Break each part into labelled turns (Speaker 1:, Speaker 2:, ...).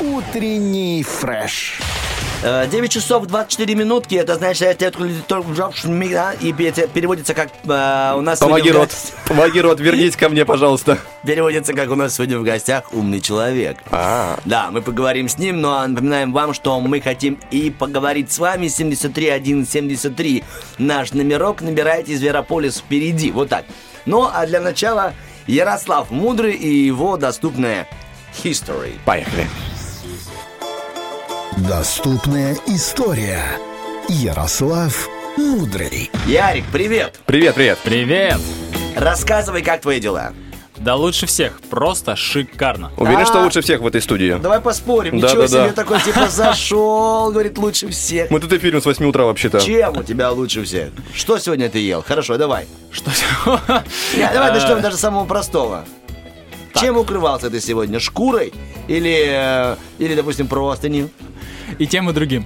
Speaker 1: Утренний фреш.
Speaker 2: 9 Э, часов 24 минутки, это значит, это и переводится как э, у нас
Speaker 3: Помоги,
Speaker 2: сегодня в
Speaker 3: Рот.
Speaker 2: гостях-
Speaker 3: Помоги, Рот, вернись ко мне, пожалуйста.
Speaker 2: Переводится как у нас сегодня в гостях умный человек.
Speaker 1: А.
Speaker 2: Да, мы поговорим с ним, но напоминаем вам, что мы хотим и поговорить с вами 73173. Наш номерок набирайте из Верополис впереди. Вот так. Ну, а для начала Ярослав Мудрый и его доступная History.
Speaker 3: Поехали.
Speaker 1: Доступная история. Ярослав Мудрый.
Speaker 2: Ярик, привет!
Speaker 3: Привет, привет.
Speaker 4: Привет!
Speaker 2: Рассказывай, как твои дела.
Speaker 4: Да лучше всех, просто шикарно.
Speaker 3: Уверен, что
Speaker 2: А.
Speaker 3: лучше всех в этой студии.
Speaker 2: Давай поспорим.
Speaker 3: Да,
Speaker 2: Ничего
Speaker 3: да,
Speaker 2: себе
Speaker 3: да.
Speaker 2: такой, типа, зашел, говорит, лучше всех.
Speaker 3: Мы тут эфирим с 8 утра вообще-то.
Speaker 2: Чем у тебя лучше всех? Что сегодня ты ел? Хорошо, давай.
Speaker 4: Что?
Speaker 2: Не, давай
Speaker 4: Э,
Speaker 2: начнем даже с самого простого. Чем укрывался ты сегодня? Шкурой? Или, э, или допустим, простынью?
Speaker 4: И тем, и другим.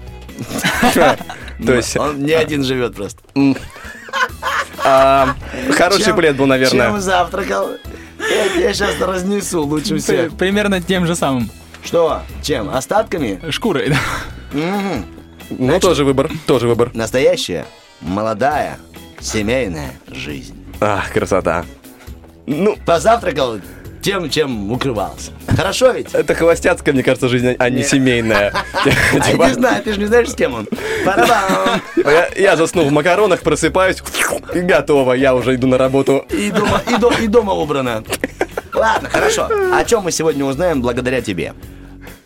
Speaker 3: То есть,
Speaker 2: Ну,
Speaker 3: э,
Speaker 2: Он не один живет просто.
Speaker 3: а, хороший
Speaker 2: Чем-
Speaker 3: плед был,
Speaker 2: Чем
Speaker 3: наверное.
Speaker 2: завтракал? Я тебя сейчас разнесу лучше всех.
Speaker 4: При- Примерно тем же самым.
Speaker 2: Что? Чем? Остатками?
Speaker 4: Шкурой. да.
Speaker 3: Ну, тоже выбор, тоже выбор.
Speaker 2: Настоящая, молодая, семейная жизнь.
Speaker 3: Ах, красота. Ну,
Speaker 2: Позавтракал тем, чем укрывался. Хорошо ведь?
Speaker 4: Типа.
Speaker 3: это холостяцкая, мне кажется, жизнь, а не семейная.
Speaker 2: А я
Speaker 3: Типа,
Speaker 2: не знаю, ты же не знаешь, с кем он. Барабам.
Speaker 3: я- Я заснул в макаронах, просыпаюсь, и готово, я уже иду на работу.
Speaker 2: И дома, и, до- и дома убрано. Ладно, хорошо. О чем мы сегодня узнаем благодаря тебе?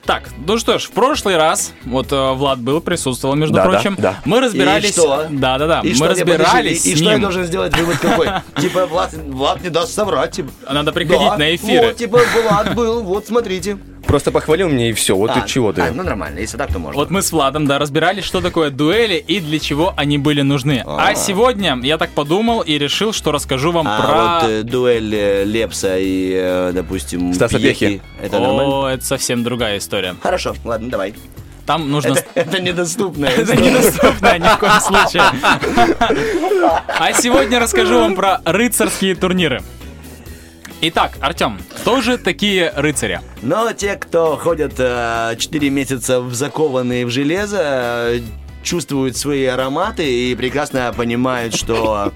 Speaker 4: Так, ну что ж, в прошлый раз, вот э, Влад был, присутствовал, между
Speaker 3: Да, да,
Speaker 4: прочим.
Speaker 3: да.
Speaker 4: Мы разбирались.
Speaker 2: И что?
Speaker 4: Да, да, да.
Speaker 2: И
Speaker 4: мы
Speaker 2: что, не, подожди,
Speaker 4: разбирались.
Speaker 2: И, и
Speaker 4: с
Speaker 2: что я
Speaker 4: ним.
Speaker 2: должен сделать вывод какой? Типа, Влад, Влад не даст соврать. Типа.
Speaker 4: Надо приходить
Speaker 2: Да,
Speaker 4: на эфиры.
Speaker 2: Вот, типа, Влад был, вот, смотрите.
Speaker 3: Просто похвалил меня и все, вот и чего
Speaker 2: А,
Speaker 3: ты.
Speaker 2: ну нормально, если так, то можно.
Speaker 4: Вот мы с Владом, да, разбирались, что такое дуэли и для чего они были нужны. А, сегодня я так подумал и решил, что расскажу вам
Speaker 2: А
Speaker 4: про...
Speaker 2: вот э, дуэль э, Лепса и, э, допустим,
Speaker 3: Стаса
Speaker 2: Пьехи.
Speaker 3: Пьехи.
Speaker 2: Это нормально?
Speaker 4: О, это совсем другая история.
Speaker 2: Хорошо, ладно, давай.
Speaker 4: Там нужно...
Speaker 2: Это, это недоступно.
Speaker 4: Это недоступно ни в коем случае. А сегодня расскажу вам про рыцарские турниры. Итак, Артем, кто же такие рыцари?
Speaker 2: Но те, кто ходят 4 месяца в закованные в железо, э, чувствуют свои ароматы и прекрасно понимают, что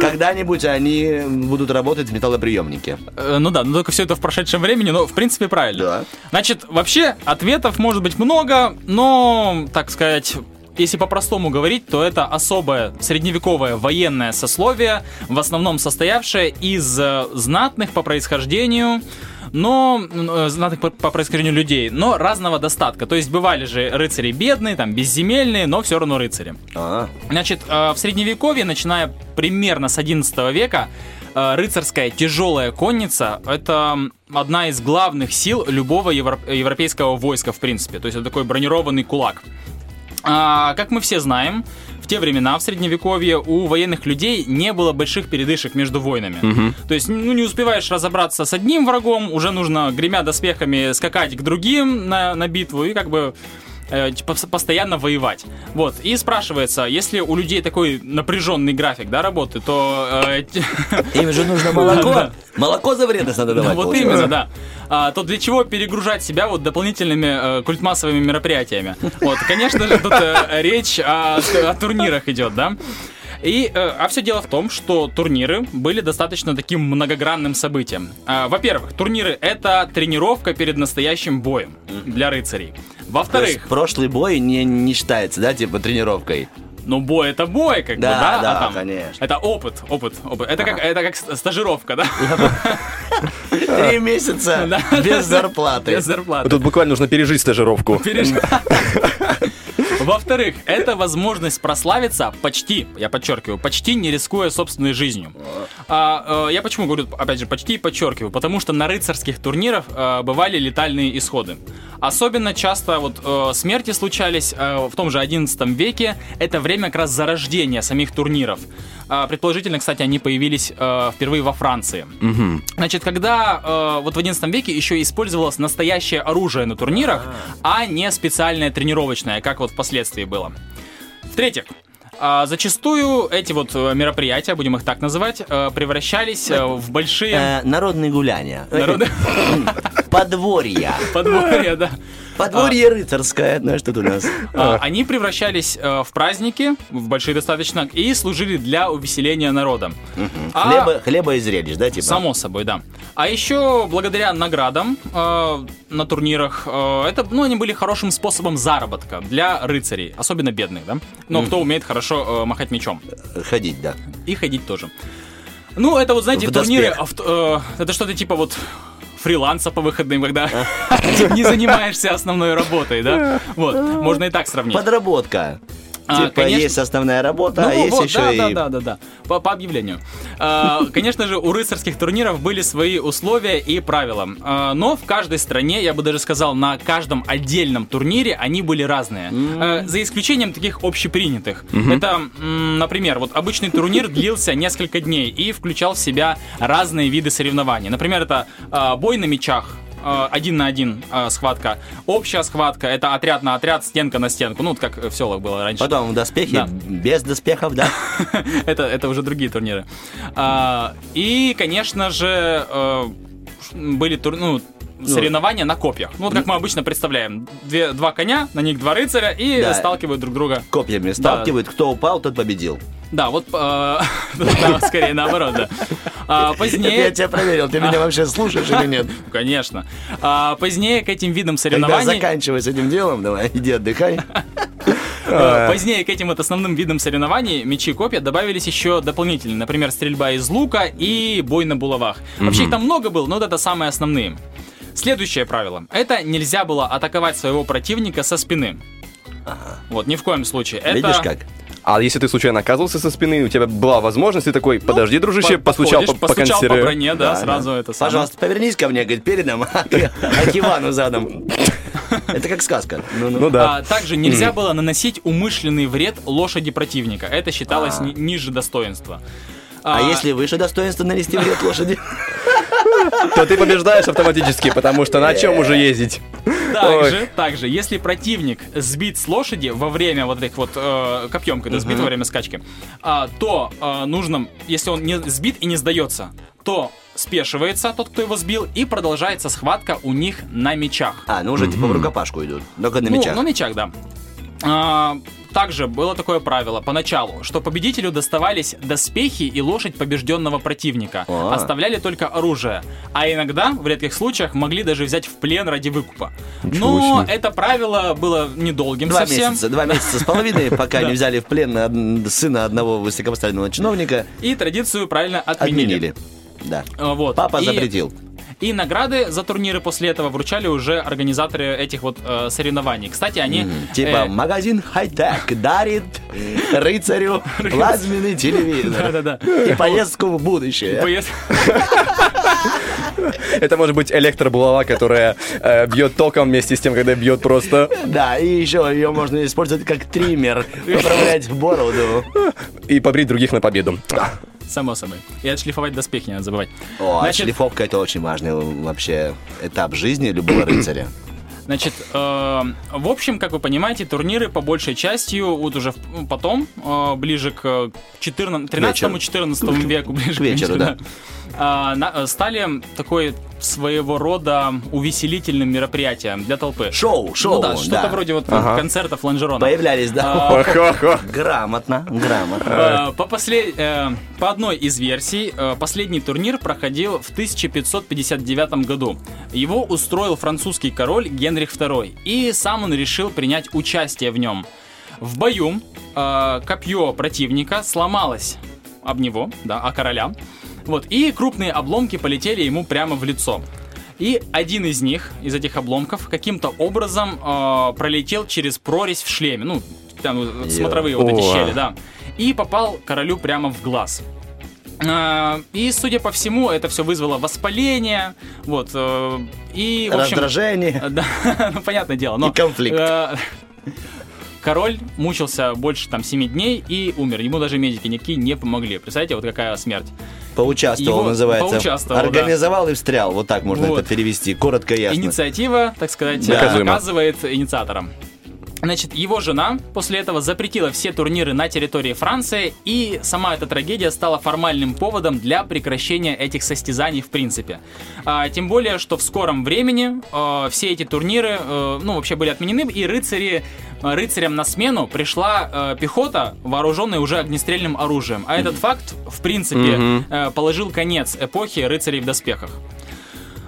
Speaker 2: когда-нибудь они будут работать в металлоприемнике.
Speaker 4: Э, Ну да, но только все это в прошедшем времени, но в принципе правильно.
Speaker 2: Да.
Speaker 4: Значит, вообще ответов может быть много, но, так сказать, если по-простому говорить, то это особое средневековое военное сословие, в основном состоявшее из э, знатных по происхождению, но э, знатных по, по происхождению людей, но разного достатка. То есть бывали же рыцари бедные, там безземельные, но все равно рыцари.
Speaker 2: А,
Speaker 4: Значит, э, в средневековье, начиная примерно с 11 века, э, рыцарская тяжелая конница – это одна из главных сил любого евро- европейского войска, в принципе. То есть это такой бронированный кулак. А, как мы все знаем, в те времена, в средневековье, у военных людей не было больших передышек между войнами. То есть, ну, не успеваешь разобраться с одним врагом, уже нужно, гремя доспехами, скакать к другим на, на битву и как бы э, типа, пос- постоянно воевать. Вот, и спрашивается, если у людей такой напряженный график, да, работы, то... э, те-
Speaker 2: Им же нужно
Speaker 4: Да.
Speaker 2: молоко. Молоко за вредность надо давать.
Speaker 4: да, Ну, вот
Speaker 2: получается.
Speaker 4: именно, да. А, то для чего перегружать себя вот дополнительными э, культмассовыми мероприятиями? Вот, конечно же, тут э, речь о, о турнирах идет, да? И, э, а все дело в том, что турниры были достаточно таким многогранным событием. А, во-первых, турниры — это тренировка перед настоящим боем для рыцарей.
Speaker 2: То есть
Speaker 4: Во-вторых,
Speaker 2: прошлый бой не, не считается, да, типа тренировкой.
Speaker 4: ну бой — это бой, как
Speaker 2: Да,
Speaker 4: бы, да? А
Speaker 2: да,
Speaker 4: там-
Speaker 2: конечно.
Speaker 4: Это опыт, опыт, опыт. Это, как, это как ст- стажировка, да?
Speaker 2: Три месяца
Speaker 4: Да.
Speaker 2: без зарплаты.
Speaker 4: Без зарплаты.
Speaker 3: Тут буквально нужно пережить стажировку.
Speaker 4: Переш- Во-вторых, это возможность прославиться почти, я подчеркиваю, почти не рискуя собственной жизнью. А, э, я почему говорю, опять же, почти и подчеркиваю, потому что на рыцарских турнирах э, бывали летальные исходы. Особенно часто вот э, смерти случались э, в том же 11 веке. Это время как раз зарождения самих турниров. А, предположительно, кстати, они появились э, впервые во Франции. Значит, когда э, вот в 11 веке еще использовалось настоящее оружие на турнирах, а не специальное тренировочное, как вот впоследствии было. В-третьих, А, зачастую эти вот э, мероприятия, будем их так называть, э, превращались э, в большие
Speaker 2: Э, народные гуляния.
Speaker 4: народы
Speaker 2: Подворья.
Speaker 4: подворья, да.
Speaker 2: Подворье рыцарское. Знаешь, что тут у нас?
Speaker 4: А, Они превращались э, в праздники, в большие достаточно, и служили для увеселения народа. А-
Speaker 2: Хлеба, хлеба и зрелищ, да, типа?
Speaker 4: Само собой, да. А еще благодаря наградам э, на турнирах, э, это, ну, они были хорошим способом заработка для рыцарей, особенно бедных, да? Но кто умеет хорошо э, махать мечом.
Speaker 2: Ходить, да.
Speaker 4: И ходить тоже. Ну, это вот, знаете,
Speaker 2: В
Speaker 4: турниры,
Speaker 2: доспех.
Speaker 4: а, в т- э, это что-то типа вот фриланса по выходным, когда не занимаешься основной работой, да? Вот, можно и так сравнить.
Speaker 2: Подработка.
Speaker 4: А,
Speaker 2: типа
Speaker 4: конечно.
Speaker 2: есть основная работа, а
Speaker 4: Ну,
Speaker 2: есть
Speaker 4: вот,
Speaker 2: еще
Speaker 4: да,
Speaker 2: и...
Speaker 4: да, да, да, да. По, по объявлению. А, Конечно же, у рыцарских турниров были свои условия и правила. А, Но в каждой стране, я бы даже сказал, на каждом отдельном турнире они были разные. Э, За исключением таких общепринятых. Это, м, например, вот обычный турнир длился несколько дней и включал в себя разные виды соревнований. Например, это а, бой на мечах, э, один на один э, схватка. Общая схватка это отряд на отряд, стенка на стенку. Ну, вот как в селах было раньше.
Speaker 2: Потом в доспехе,
Speaker 4: Да.
Speaker 2: без доспехов, да.
Speaker 4: это, это уже другие турниры. А, и, конечно же, э, ш- были тур- ну, соревнования на копьях. Ну, вот как мы обычно представляем. Две, два коня, на них два рыцаря и
Speaker 2: Да.
Speaker 4: сталкивают друг друга.
Speaker 2: Копьями сталкивают, кто упал, тот победил.
Speaker 4: Да, вот э, да, скорее наоборот, да.
Speaker 2: Это
Speaker 4: А,
Speaker 2: я
Speaker 4: позднее,
Speaker 2: тебя проверил, ты
Speaker 4: А.
Speaker 2: меня вообще слушаешь или нет?
Speaker 4: конечно. А, позднее к этим видам
Speaker 2: Тогда
Speaker 4: соревнований
Speaker 2: заканчивай с этим делом, давай, иди отдыхай.
Speaker 4: Э, Позднее к этим вот основным видам соревнований мечи и копья добавились еще дополнительные, например, стрельба из лука и бой на булавах. Вообще их там много было, но вот это самые основные. Следующее правило. Это нельзя было атаковать своего противника со спины. Вот, ни в коем случае. Это
Speaker 2: Видишь как?
Speaker 3: А если ты случайно оказывался со спины, у тебя была возможность, ты такой, подожди, дружище,
Speaker 4: по-
Speaker 3: постучал по,
Speaker 4: подходишь,
Speaker 3: по
Speaker 4: постучал по
Speaker 3: консерве.
Speaker 4: броне, да,
Speaker 2: Да,
Speaker 4: сразу
Speaker 2: да.
Speaker 4: это самое.
Speaker 2: Пожалуйста, повернись ко мне, говорит, передом, а ты- а к Ивану задом. Это как сказка. Ну-ну.
Speaker 3: Ну да.
Speaker 4: А, также нельзя было наносить умышленный вред лошади противника. Это считалось ни- ниже достоинства.
Speaker 2: А если выше достоинства нанести вред лошади?
Speaker 3: То ты побеждаешь автоматически, потому что на чем уже ездить?
Speaker 4: Также, также, если противник сбит с лошади во время вот этих вот э, копьем, когда сбит во время скачки, а, то э, нужно, если он не сбит и не сдается, то спешивается тот, кто его сбил, и продолжается схватка у них на мечах.
Speaker 2: А, ну уже типа в рукопашку идут, только на
Speaker 4: Ну,
Speaker 2: мечах.
Speaker 4: на мечах, да. А, также было такое правило поначалу, что победителю доставались доспехи и лошадь побежденного противника.
Speaker 2: А.
Speaker 4: Оставляли только оружие. А иногда, в редких случаях, могли даже взять в плен ради выкупа. Но это правило было недолгим
Speaker 2: Два
Speaker 4: совсем.
Speaker 2: месяца, два месяца с половиной, пока не взяли в плен од- сына одного высокопоставленного чиновника,
Speaker 4: И традицию правильно отменили.
Speaker 2: отменили. Да.
Speaker 4: А, Вот.
Speaker 2: Папа
Speaker 4: И-
Speaker 2: запретил.
Speaker 4: И награды за турниры после этого вручали уже организаторы этих вот э, соревнований. Кстати, они...
Speaker 2: Типа
Speaker 4: э,
Speaker 2: магазин хай-тек дарит рыцарю плазменный телевизор
Speaker 4: Да-да-да.
Speaker 2: и поездку в будущее.
Speaker 4: Поезд-
Speaker 3: Это может быть электробулава, которая э, бьет током вместе с тем, когда бьет просто.
Speaker 2: Да, и еще ее можно использовать как триммер, поправлять бороду.
Speaker 3: И побрить других на победу.
Speaker 4: Само собой. И отшлифовать доспехи не надо забывать.
Speaker 2: О, а
Speaker 4: Значит,
Speaker 2: шлифовка это очень важный вообще этап жизни любого рыцаря.
Speaker 4: Значит, э, в общем, как вы понимаете, турниры по большей частью вот уже в- ну, потом, э, ближе к 13-14 веку, ближе
Speaker 2: К вечеру,
Speaker 4: концу,
Speaker 2: да.
Speaker 4: а, на- э, стали такой своего рода увеселительным мероприятием для толпы.
Speaker 2: Шоу, шоу,
Speaker 4: Ну да, что-то
Speaker 2: да.
Speaker 4: вроде вот концертов Ланжерона.
Speaker 2: Появлялись,
Speaker 4: А,
Speaker 2: да?
Speaker 3: Хо-хо-хо.
Speaker 2: Грамотно, грамотно.
Speaker 4: Э, По, после- э, по одной из версий, э, последний турнир проходил в 1559 году. Его устроил французский король Генрих II, и сам он решил принять участие в нем. В бою э, копье противника сломалось об него, да, о короля. Вот, и крупные обломки полетели ему прямо в лицо. И один из них, из этих обломков, каким-то образом э, пролетел через прорезь в шлеме. Ну, там э, смотровые вот эти
Speaker 3: О.
Speaker 4: щели, да. И попал королю прямо в глаз. Э, И, судя по всему, это все вызвало воспаление, вот, э, и, в общем...
Speaker 2: Раздражение.
Speaker 4: Да, ну, понятное дело, но...
Speaker 2: И конфликт.
Speaker 4: э, Король мучился больше там 7 дней и умер. Ему даже медики никакие не помогли. Представляете, вот какая смерть.
Speaker 2: Поучаствовал,
Speaker 4: Его
Speaker 2: называется.
Speaker 4: поучаствовал, да.
Speaker 2: Организовал и встрял. Вот так можно
Speaker 4: Вот.
Speaker 2: это перевести. Коротко и ясно.
Speaker 4: Инициатива, так сказать,
Speaker 2: Да.
Speaker 4: наказывает инициатором. Значит, его жена после этого запретила все турниры на территории Франции, и сама эта трагедия стала формальным поводом для прекращения этих состязаний в принципе. А, тем более, что в скором времени э, все эти турниры, э, ну, вообще были отменены, и рыцари, э, рыцарям на смену пришла э, пехота, вооруженная уже огнестрельным оружием. А этот факт, в принципе, э, положил конец эпохи рыцарей в доспехах.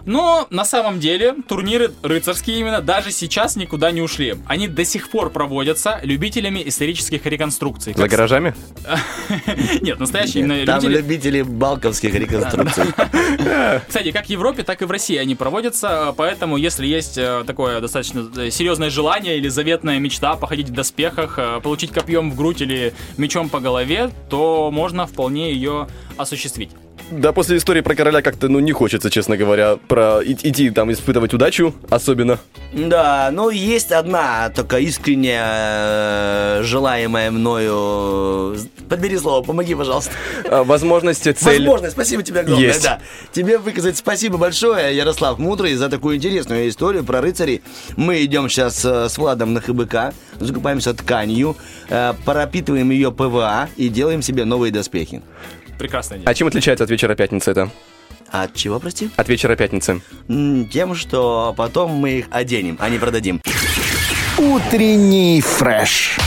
Speaker 4: Но на самом деле турниры рыцарские именно даже сейчас никуда не ушли. Они до сих пор проводятся любителями исторических реконструкций.
Speaker 3: За
Speaker 4: Как-
Speaker 3: гаражами?
Speaker 4: Нет, настоящие именно
Speaker 2: Там
Speaker 4: любители.
Speaker 2: любители балковских реконструкций.
Speaker 4: Кстати, как в Европе, так и в России они проводятся, поэтому если есть э, такое достаточно э, серьезное желание или заветная мечта походить в доспехах, э, получить копьем в грудь или мечом по голове, то можно вполне ее осуществить.
Speaker 3: Да, после истории про короля как-то, ну, не хочется, честно говоря, про и- идти там испытывать удачу особенно.
Speaker 2: Да, но есть одна только искренне э, желаемая мною... Подбери слово, помоги, пожалуйста.
Speaker 3: А, Возможности, цель.
Speaker 2: Возможность, спасибо тебе огромное.
Speaker 3: Есть.
Speaker 2: Да. Тебе выказать спасибо большое, Ярослав Мудрый, за такую интересную историю про рыцарей. Мы идем сейчас э, с Владом на ХБК, закупаемся тканью, э, пропитываем ее ПВА и делаем себе новые доспехи.
Speaker 4: Прекрасная идея.
Speaker 3: А чем отличается от вечера пятницы это?
Speaker 2: А От чего, прости?
Speaker 3: От вечера пятницы.
Speaker 2: М, Тем, что потом мы их оденем, а не продадим.
Speaker 1: Утренний фреш.